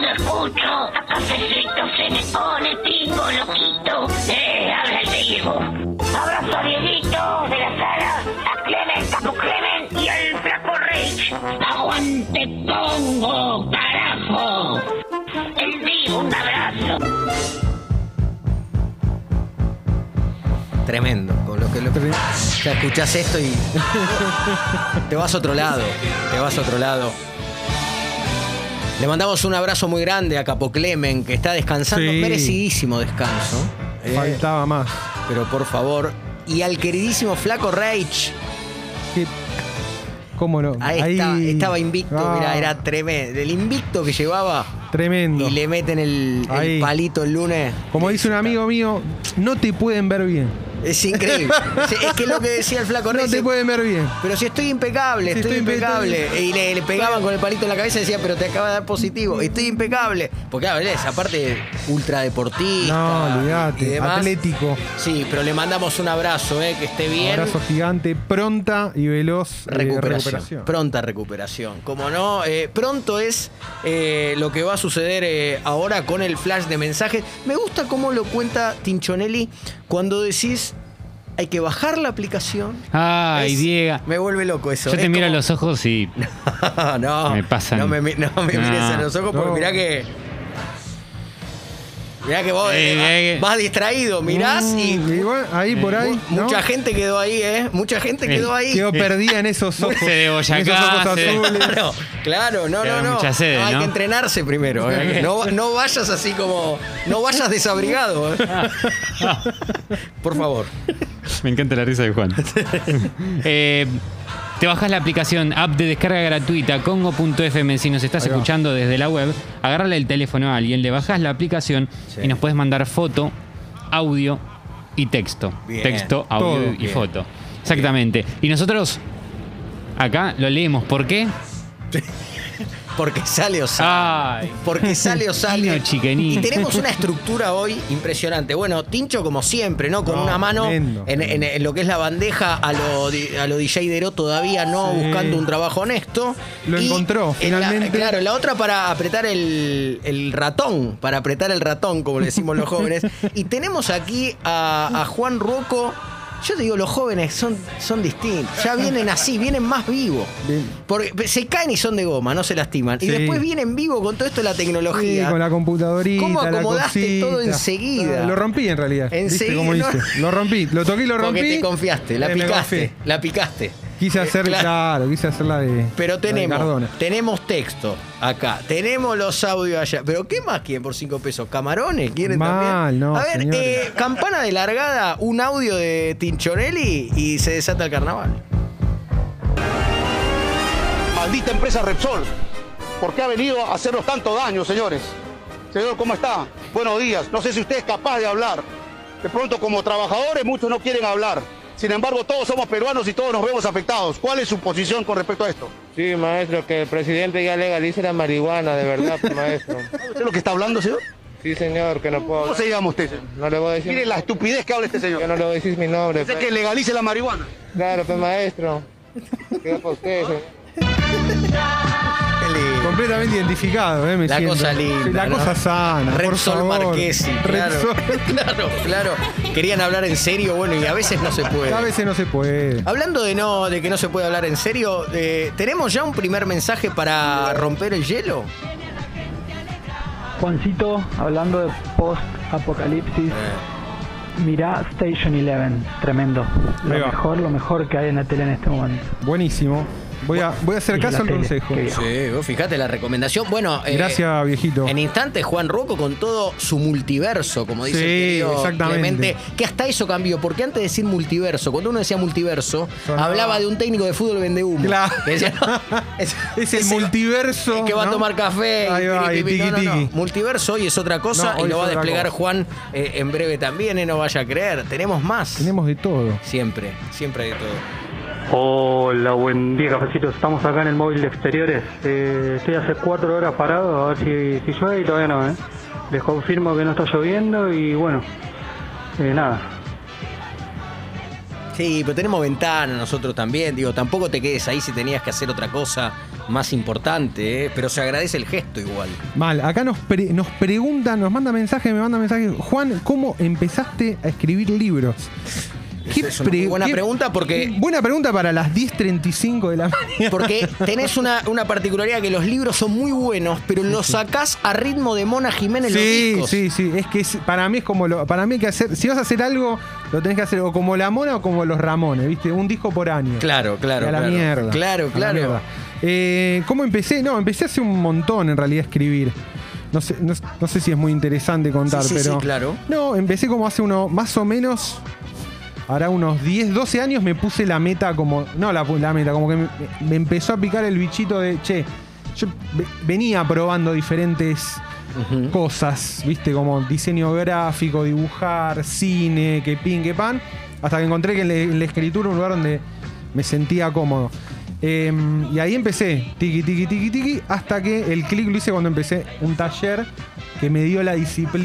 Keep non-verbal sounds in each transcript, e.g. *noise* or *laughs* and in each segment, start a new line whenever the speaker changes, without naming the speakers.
lo escucho. Cafecito se me pone pingo, loquito. Eh, habla el Diego. Abrazo a Dieguito de la sala, a Clement, a tu Clement y al flaco Rich. Aguante Pongo, carajo. El Diego, un abrazo.
Tremendo. Con lo que lo ya escuchás esto y. *laughs* te vas a otro lado. Te vas a otro lado. Le mandamos un abrazo muy grande a Capo Clemen, que está descansando.
Sí.
Merecidísimo descanso. Eh,
Faltaba más.
pero por favor. Y al queridísimo Flaco Reich.
¿Qué? ¿Cómo no?
Ahí, está,
Ahí-
estaba invicto,
Ah,
mirá, era tremendo. El invicto que llevaba
Tremendo.
y le meten el, el
Ahí.
palito el lunes.
Como dice un amigo mío, no te pueden ver bien.
Es
*laughs*
increíble. es, es que lo que decía el Flaco
No
Reich.
te pueden ver bien.
Pero si estoy impecable,
Si
estoy,
estoy impe-
impecable.
estoy-
Y le, le pegaban con el palito en la cabeza y decía, pero te acaba de dar positivo. Estoy impecable. Porque, claro, él es aparte ultra deportista.
No,
y
olvídate.
demás.
Atlético.
Sí, pero le mandamos un abrazo, eh, que esté bien.
Abrazo gigante, pronta y veloz eh,
Recuperación.
recuperación.
Pronta recuperación. Como no, eh, pronto es eh, lo que va a suceder eh, ahora con el flash de mensajes. Me gusta cómo lo cuenta Tinchonelli cuando decís hay que bajar la aplicación.
Ay,
Es-
Diego.
Me vuelve loco eso.
Yo
Es
te miro a
como-
los ojos y.
*laughs* no,
Me pasan.
No me, mi- no me
No.
mires a los ojos porque
No.
mirá que. Mirá que vos
Eh,
eh,
eh.
vas distraído, mirás
Mm,
y. Eh,
bueno, ahí por ahí.
mu-
¿no?
Mucha gente quedó ahí, ¿eh? Mucha gente
Eh,
quedó ahí. *laughs*
Quedó perdida en esos ojos.
Se de Boyacá,
en esos ojos
se de-
azules.
Claro, claro, no, no,
Quedó
no.
mucha sede,
Hay
¿no?
que entrenarse primero. ¿eh? No, no vayas así como. No vayas desabrigado.
*laughs*
¿eh? Por favor.
Me encanta la risa de Juan. *laughs* Eh, te bajas la aplicación app de descarga gratuita congo.fm. Si nos estás
Ahí va.
escuchando desde la web, agarrale el teléfono a alguien, le bajas la aplicación
Sí.
y nos puedes mandar foto, audio y texto.
Bien.
Texto, audio
Todo.
y
Bien.
foto. Exactamente. Y nosotros acá lo leemos. ¿Por qué?
Porque sale o sale.
Ay.
*laughs*
Porque sale o sale.
Niño chiquenín.
Y tenemos una estructura hoy impresionante. Bueno, Tincho, como siempre, ¿no? Con
No,
una mano
tremendo.
en, en- en lo que es la bandeja a lo, di- a lo DJ Deró todavía no
Sí.
buscando un trabajo honesto.
Lo encontró,
en la-
finalmente.
claro, la otra para apretar el, el ratón, para apretar el ratón, como le decimos los jóvenes. Y tenemos aquí a, a Juan Rocco. Yo te digo, los jóvenes son, son distintos. Ya vienen así, vienen más vivos.
Bien.
Porque se caen y son de goma, no se lastiman. Y
Sí.
después vienen vivos con todo esto de la tecnología.
Sí, con la computadorita.
¿Cómo
la
acomodaste
cosita.
todo enseguida?
Lo rompí en realidad. ¿Viste
Enseguida,
cómo
¿no?
hice? Lo rompí, lo toqué y lo rompí.
Porque te confiaste, la
Eh, me
picaste,
confié.
la picaste.
Quise
Eh,
hacer,
claro.
claro, quise hacer la de.
Pero
la de
tenemos,
Cardona.
tenemos texto acá, tenemos los audios allá. ¿Pero qué más quieren por cinco pesos? ¿Camarones quieren también?
Mal, no,
A ver,
señores.
eh, campana de largada, un audio de Tinchonelli y se desata el carnaval.
maldita empresa Repsol. ¿Por qué ha venido a hacernos tanto daño, señores? Señor, ¿cómo está? Buenos días. No sé si usted es capaz de hablar. De pronto, como trabajadores, muchos no quieren hablar. Sin embargo, todos somos peruanos y todos nos vemos afectados. ¿Cuál es su posición con respecto a esto?
Sí, maestro, que el presidente ya legalice la marihuana, de
*laughs*
verdad, maestro.
¿Sabe usted lo que está hablando, señor?
Sí, señor, que no puedo
¿Cómo
hablar.
se llama usted? señor?
No le voy a decir.
Mire la estupidez que habla este
Yo
señor.
no le voy a decir mi nombre.
Dice
pe-
que legalice la marihuana.
Claro,
*laughs*
pues, maestro. Queda para usted, señor.
Qué lindo.
Completamente identificado, ¿eh? Me
La
siento.
cosa linda.
Sí, La
¿no?
cosa sana. por
Repsol
favor.
Marquesi. Claro,
*laughs*
*laughs*
Repsol.
claro, claro. Querían hablar en serio, bueno, y a veces no se puede.
A veces no se puede.
Hablando de no, de que no se puede hablar en serio, eh, ¿tenemos ya un primer mensaje para romper el hielo?
Juancito, hablando de post-apocalipsis, mirá Station 11, tremendo. Lo
Ahí va.
mejor, lo mejor que hay en la tele en este momento.
Buenísimo. Voy a, voy a hacer
Y la
caso al
tele,
consejo.
qué bien.
Sí, vos fijate la recomendación. Bueno, eh,
Gracias, viejito.
En instantes, Juan Rocco con todo su multiverso, como dice
Sí,
el querido
exactamente.
Clemente, que hasta eso cambió, porque antes de decir multiverso, cuando uno decía multiverso,
Sonaba-
hablaba de un técnico de fútbol vende humo.
Claro. *laughs*
*laughs* es,
Es el
es
multiverso.
el que va a
¿no?
tomar café. y
Ahí va,
piripipi.
y
No, no, no.
tiki-tiki.
Multiverso hoy es otra cosa
No,
y
hoy
lo
es
va a
otra
desplegar
cosa.
Juan eh, en breve también, eh, no vaya a creer. Tenemos más.
Tenemos de todo.
Siempre, siempre hay de todo.
Hola, buen día, cafecitos. Estamos acá en el móvil de exteriores. Eh, estoy hace cuatro horas parado, a ver si, si llueve y todavía no, ¿eh? Les confirmo que no está lloviendo y bueno, eh, nada.
Sí, pero tenemos ventana nosotros también. Digo, tampoco te quedes ahí si tenías que hacer otra cosa. más importante, ¿eh? pero se agradece el gesto igual.
Mal, acá nos, pre- nos preguntan, nos manda mensajes, me manda mensajes. Juan, ¿cómo empezaste a escribir libros?
Esa es una muy buena pregunta porque-
Buena pregunta para las 10.35
*laughs*
de la mañana. *laughs*
Porque tenés una, una particularidad que los libros son muy buenos, pero los sacás a ritmo de Mona Jiménez los
Sí,
discos.
sí, sí. Es que es- para mí es como lo, para mí hay que hacer, si vas a hacer algo, lo tenés que hacer o como la mona o como los Ramones, ¿viste? Un disco por año.
Claro, claro.
a la
claro.
mierda. A
Claro,
la
claro.
mierda. Eh, ¿Cómo empecé? No, empecé hace un montón en realidad a escribir. No sé, no, no sé si es muy interesante contar,
Sí, sí,
pero.
sí, claro.
No, empecé como hace uno, más o menos. Hará unos 10, 12 años me puse la meta como. No la, pu- la meta, como que me, me empezó a picar el bichito de. Che, yo ve- venía probando diferentes cosas, ¿viste? Como diseño gráfico, dibujar, cine, que pin, que pan. Hasta que encontré que en la, en la escritura un lugar donde me sentía cómodo. Em, y ahí empecé, tiki, tiki, tiki, tiki, hasta que el clic lo hice cuando empecé un taller que me dio la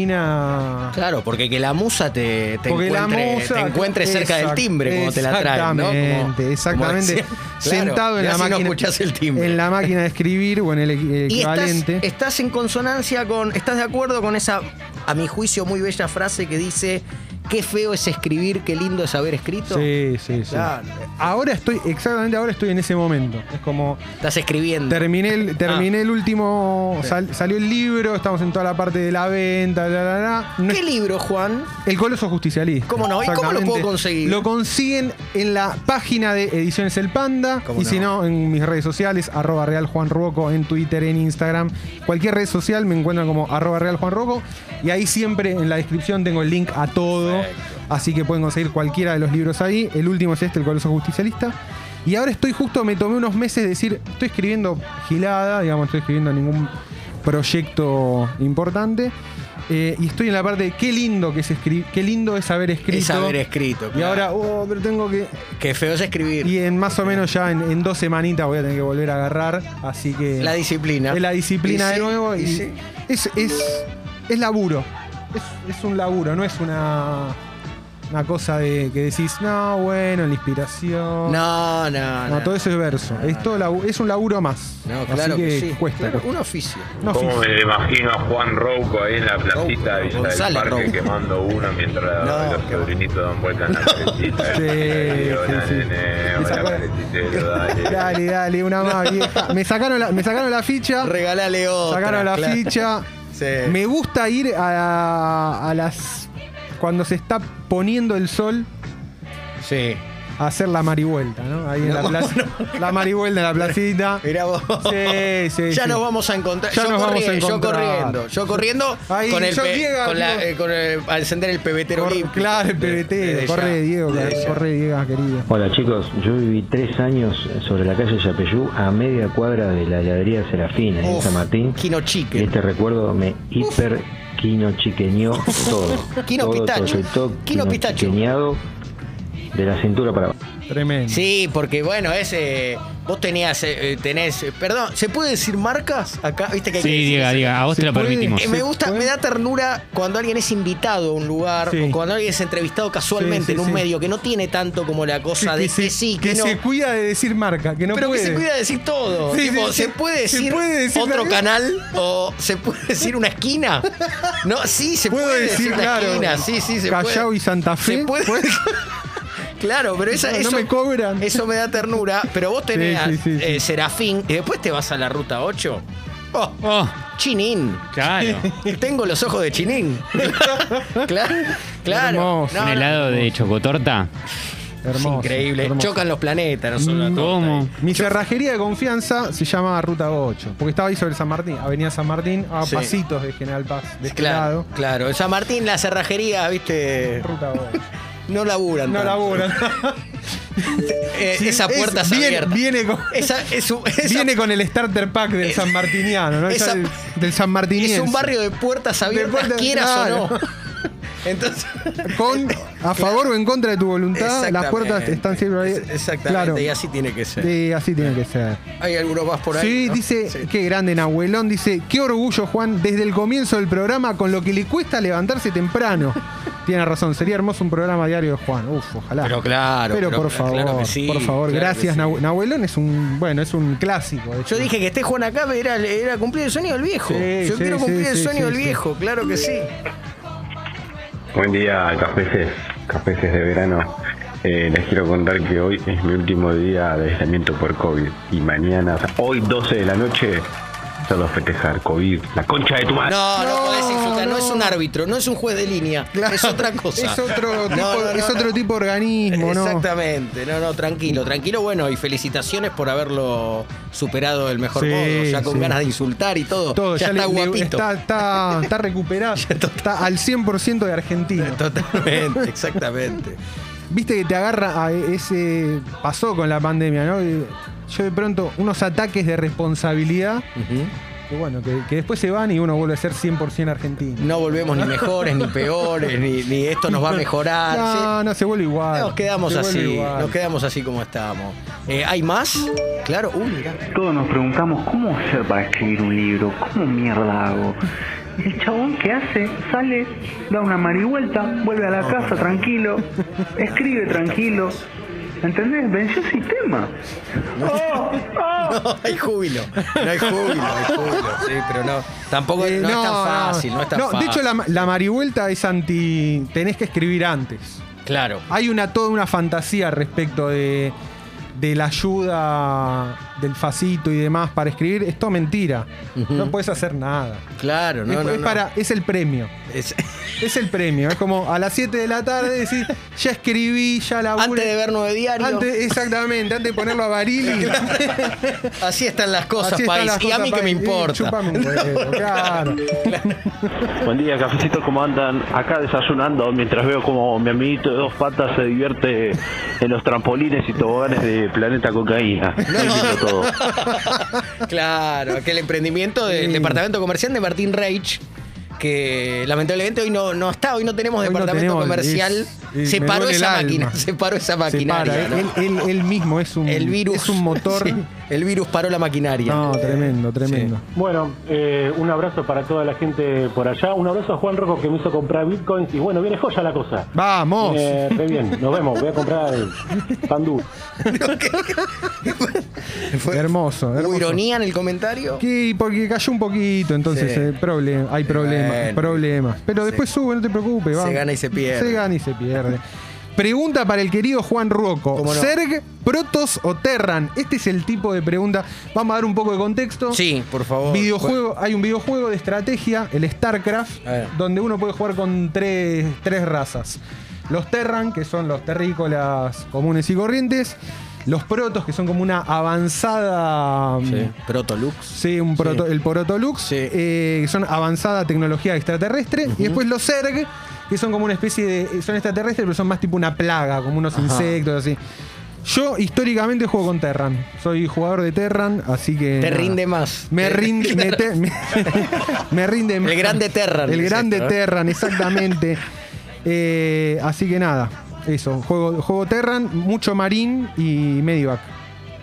disciplina.
Claro, porque que la musa te, te
Porque la
encuentre,
musa-
te encuentre cerca del
Exact-
timbre cuando te la traen, ¿no? Como- *laughs*
Exactamente,
como
exactamente.
decía- Claro,
Sentado en
ya
la
si no
máquina.
escuchás el timbre.
En la máquina de escribir o en el equi-
*laughs* Y estás,
equivalente.
estás en consonancia con. ¿Estás de acuerdo con esa, a mi juicio, muy bella frase que dice: Qué feo es escribir, qué lindo es haber escrito?
Sí, sí, sí.
Claro.
Ahora estoy, exactamente ahora estoy en ese momento. Es como
Estás escribiendo.
terminé el,
Ah.
terminé el último, sal- salió el libro, estamos en toda la parte de la venta, la, la, la. No
¿Qué
es-
libro, Juan?
el Coloso Justicialista.
¿Cómo no? ¿Y cómo lo puedo
Exactamente.
conseguir?
Lo consiguen en la página de Ediciones El Panda.
¿Cómo
Y si
no?
no, en mis redes sociales, arroba Real Juan Ruoco, en Twitter, en Instagram. Cualquier red social me encuentran como arroba Real Juan Ruoco. Y ahí siempre en la descripción tengo el link a todo. Así que pueden conseguir cualquiera de los libros ahí. El último es este, El Coloso Justicialista. Y ahora estoy justo, me tomé unos meses de decir, estoy escribiendo gilada, digamos, estoy escribiendo ningún proyecto importante. Eh, y estoy en la parte de qué lindo que es escribir, qué lindo es haber escrito.
Es haber escrito.
Y
claro.
ahora, oh, pero tengo que.
Qué feo es escribir.
Y eh, en más o menos ya en, en dos semanitas voy a tener que volver a agarrar. Así que.
la disciplina.
Es la disciplina
Y
de
sí,
nuevo.
y
Y
sí.
es, es, es laburo. Es, es un laburo, no es una. Una cosa de que decís, no, bueno, la inspiración.
No, no,
No,
no.
todo eso es verso. es, todo labu- es un laburo más.
No,
Así
claro que,
que
sí.
cuesta.
Claro,
cuesta.
un oficio.
No,
¿Cómo
sí.
me lo imagino a Juan Rouco ahí en la placita de Villa del
González
Parque
Rouco.
quemando uno mientras
No.
los sobrinitos dan vuelta en la calecita? *laughs*
Sí,
hola,
este, sí, sí.
nene,
Esa
hola,
cosa-
calecitero, dale.
*laughs* Dale, dale, una más vieja. Me sacaron la, me sacaron la ficha.
Regalale otra.
Sacaron la
claro.
ficha.
*laughs* Sí.
Me gusta ir a, a las. Cuando se está poniendo el sol
Sí.
a hacer la marivuelta, ¿no? Ahí en la
No, *laughs*
plaza. La marivuelta en la placita.
Mirá vos.
Sí, sí.
Ya
sí.
nos vamos a encontrar.
Ya
yo,
nos vamos a
corriendo, yo
encontrar.
corriendo, yo corriendo.
Ahí,
con el,
yo
pe-
Diego,
con la-
Diego.
eh, con el- a encender el pebetero
Cor-
olímpico.
claro, el
De-
PBT.
desde
Corre,
ya,
Diego,
desde ya.
corre, Diego, querido.
Hola chicos, yo viví tres años sobre la calle Yapeyú a media cuadra de la heladería Serafina en
Uf,
San Martín.
Kino
Y
Chicken.
este recuerdo me hiper quino chiqueñó todo.
Quino
todo,
pistacho.
todo, soy todo
Quino pistacho.
quinochiqueñado de la cintura para abajo.
Tremendo.
Sí, porque bueno, ese. Vos tenías, eh, eh, tenés. eh, Perdón, ¿se puede decir marcas acá? Viste que hay que
Sí,
decir
diga,
eso.
diga, a vos
Se
te lo
puede-
permitimos.
Eh, me
¿Se
gusta,
puede?
me da ternura cuando alguien es invitado a un lugar,
Sí.
o cuando alguien es entrevistado casualmente
Sí, sí,
en un
sí.
medio que no tiene tanto como la cosa de que sí, que,
que
no.
se cuida de decir marca, que no
pero
puede.
que se cuida de decir todo.
Sí,
Tipo,
sí,
¿se,
sí.
puede
¿Se
decir
puede decir
otro
la-
canal? ¿O se puede *laughs* decir una esquina? No, sí, se
Puedo
puede
decir,
decir, una
claro,
esquina. Sí, sí, se
Callao
puede.
y Santa Fe.
Se puede. *laughs* Claro, pero esa,
No, no
eso,
me cobran.
eso me da ternura. Pero vos tenés
Sí, sí, sí, sí.
eh, Serafín y después te vas a la ruta 8. Oh,
Oh,
chinín.
claro.
Tengo los ojos de
*laughs*
chinín. claro, claro.
Hermoso.
No,
Un
no,
helado de chocotorta.
es
Hermoso,
increíble.
hermoso.
Chocan los planetas, no solo la torta.
¿Cómo?
Mi cerrajería de confianza se llama Ruta 8, porque estaba ahí sobre San Martín, Avenida San Martín, a
Sí.
pasitos de General Paz, de este
Claro,
lado.
claro. San Martín, la cerrajería, viste,
Ruta 8.
no laburan.
No
tanto.
laburan.
Eh,
Sí,
esa
es-
puerta se
viene,
abierta.
Viene con,
Esa- es un, esa-
*laughs* viene con el starter pack del San Martiniano, ¿no? Ya
esa-
del, del San Martiniense.
es un barrio de puertas abiertas,
puertas-
quieras o
*laughs*
no.
claro.
Entonces,
Con, a favor o en contra de tu voluntad, las
Exactamente.
puertas están siempre abiertas.
Exactamente,
Claro.
y así tiene que ser.
Sí, así tiene que ser.
Hay algunos más por ahí.
sí,
¿no?
dice,
Sí.
qué grande
*laughs*
Nahuelón, dice, qué orgullo Juan, desde el comienzo del programa con lo que le cuesta levantarse temprano. Tiene razón, sería hermoso un programa diario de Juan. Uf, ojalá.
Pero claro,
Pero,
pero
por
claro
favor,
que sí,
por favor,
claro
gracias.
que sí.
Nahue- Nahuelón es un, bueno, es un clásico. de
Yo
hecho.
dije que esté Juan acá, pero era, era cumplir el sueño del viejo.
Sí,
Yo
sí,
quiero cumplir
sí,
el
sí,
sueño
sí,
del
sí.
viejo, claro que sí.
Buen día, cafeces, cafeces de verano. Eh, les quiero contar que hoy es mi último día de aislamiento por COVID y mañana, hoy 12 de la noche, solo festejar COVID, la concha de tu madre.
No, no, podés insultar, no. es un árbitro, no es un juez de línea, es otra cosa.
Es otro
No,
tipo,
no, no,
es
no.
otro tipo de organismo, ¿no?
Exactamente, no, no, tranquilo, tranquilo, bueno, y felicitaciones por haberlo superado del mejor
Sí,
modo, ya con
sí.
ganas de insultar y todo,
Todo,
ya,
ya
está
le- le-
guapito.
está, está-
*laughs*
está recuperado. está al 100% de argentino.
Totalmente,
*laughs*
exactamente.
Viste que te agarra a ese. Pasó con la pandemia, ¿no? Y Yo de pronto, unos ataques de responsabilidad que, bueno, que, que después se van y uno vuelve a ser 100% argentino.
No volvemos ni mejores, ni peores, ni, ni esto nos va a mejorar. Ah, sí.
No, no, se vuelve igual.
Nos quedamos
Se vuelve
así,
igual.
nos quedamos así como estábamos. Eh, ¿Hay más? Claro, uh, mirá.
Todos nos preguntamos cómo hacer para escribir un libro, cómo mierda hago. Y el chabón que hace, sale, da una marihuelta, vuelve a la casa tranquilo, escribe tranquilo. ¿Entendés? Venció el sistema.
*laughs* No, hay júbilo. No hay júbilo, hay júbilo. Sí, pero no. Tampoco
Eh,
no, es tan fácil, no, es tan
no,
fácil.
De hecho, la, la marivuelta es anti. Tenés que escribir antes.
Claro.
Hay una toda una fantasía respecto de, de la ayuda del facito y demás para escribir. Es todo mentira. No puedes hacer nada.
Claro, no,
es,
no,
es
no.
Para, es el premio.
Es-
*laughs* Es el premio. Es como a las 7 de la tarde decís, ya escribí, ya la
Antes de ver nueve diarios.
Antes, exactamente, antes de ponerlo
*laughs*
a Barili.
Así están las cosas,
Así están
país.
las
y a
cosas,
mí que me
país. Y
importa.
chúpame
*laughs*
un huevo, claro.
Buen día, cafecitos, ¿cómo andan? Acá desayunando mientras veo como mi amiguito de dos patas se divierte en los trampolines y toboganes de Planeta
*laughs*
Cocaína. Éxito todo.
*laughs* Claro, aquel emprendimiento del departamento comercial de Martín Reich. Que lamentablemente hoy no, no está, hoy no tenemos
Hoy no
departamento
tenemos,
comercial.
es- es-
se
me
paró
duele
esa
el alma.
máquina, se paró esa
Se
maquinaria.
para,
¿no?
él, él- él mismo es un,
El virus.
es un motor.
*laughs* Sí, el virus paró la maquinaria. *laughs*
No, tremendo, tremendo.
Bueno, eh, un abrazo para toda la gente por allá. Un abrazo a Juan Rojo que me hizo comprar bitcoins. Y bueno, viene joya la cosa.
Vamos.
Eh, re bien, nos vemos. Voy a comprar eh, pan duro.
hermoso,
¿Hubo
hermoso.
ironía en el comentario?
Que- porque cayó un poquito, entonces
Sí.
eh, problem- hay problemas,
Bueno.
problemas. Pero después sube, no te preocupes.
Se
va.
gana y se pierde.
Se gana y se pierde. Pregunta para el querido Juan Ruoco.
¿Cómo no?
¿Serg, Protos o Terran? Este es el tipo de pregunta. Vamos a dar un poco de contexto.
Sí, por favor.
Videojuego, hay un videojuego de estrategia, el StarCraft,
A ver.
donde uno puede jugar con tres, tres razas. Los Terran, que son los terrícolas comunes y corrientes. Los protos, que son como una avanzada.
Sí.
mm,
Protolux.
Sí, un proto-
Sí.
el Protolux, eh, que son avanzada tecnología extraterrestre. Y después los Zerg, que son como una especie de. Son extraterrestres, pero son más tipo una plaga, como unos
Ajá.
insectos, así. Yo históricamente juego con Terran. Soy jugador de Terran, así que.
Te
nada.
rinde más. Eh, *laughs*
Me rinde, me, te- me- *laughs* me rinde más.
El grande Terran,
El
es
grande
esto, ¿eh? *laughs*
Terran, exactamente. Eh, así que nada, eso. Juego, juego Terran, mucho Marín y Medivac.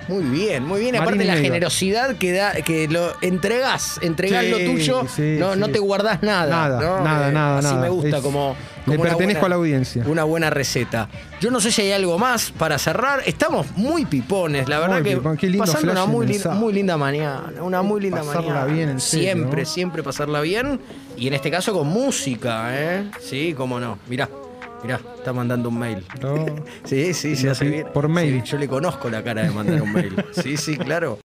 Muy bien, muy bien. Aparte
Marina y
la
medio.
generosidad que da, que lo entregás, entregás
Sí,
lo tuyo,
sí,
no,
sí.
no te guardás nada.
Nada,
¿no? Eh,
nada, nada,
Así
nada.
me gusta
Es-
como,
le
como una
pertenezco
buena-
a la audiencia.
Una buena receta. Yo no sé si hay algo más para cerrar. Estamos muy pipones, la verdad
Muy
que
pipón, qué lindo
pasando una
flash
muy,
en el
lin-
sábado.
muy linda mañana, una muy linda
Pasarla
mañana.
bien, en serio,
siempre,
¿no?
siempre pasarla bien y en este caso con música, ¿eh? Sí, cómo no. Mirá, mirá, está mandando un mail.
No.
*laughs* Sí, sí, se
Lo
hace
pi-
bien.
por mail.
*laughs* Sí, yo le conozco la cara de mandar un mail. Sí, sí, claro.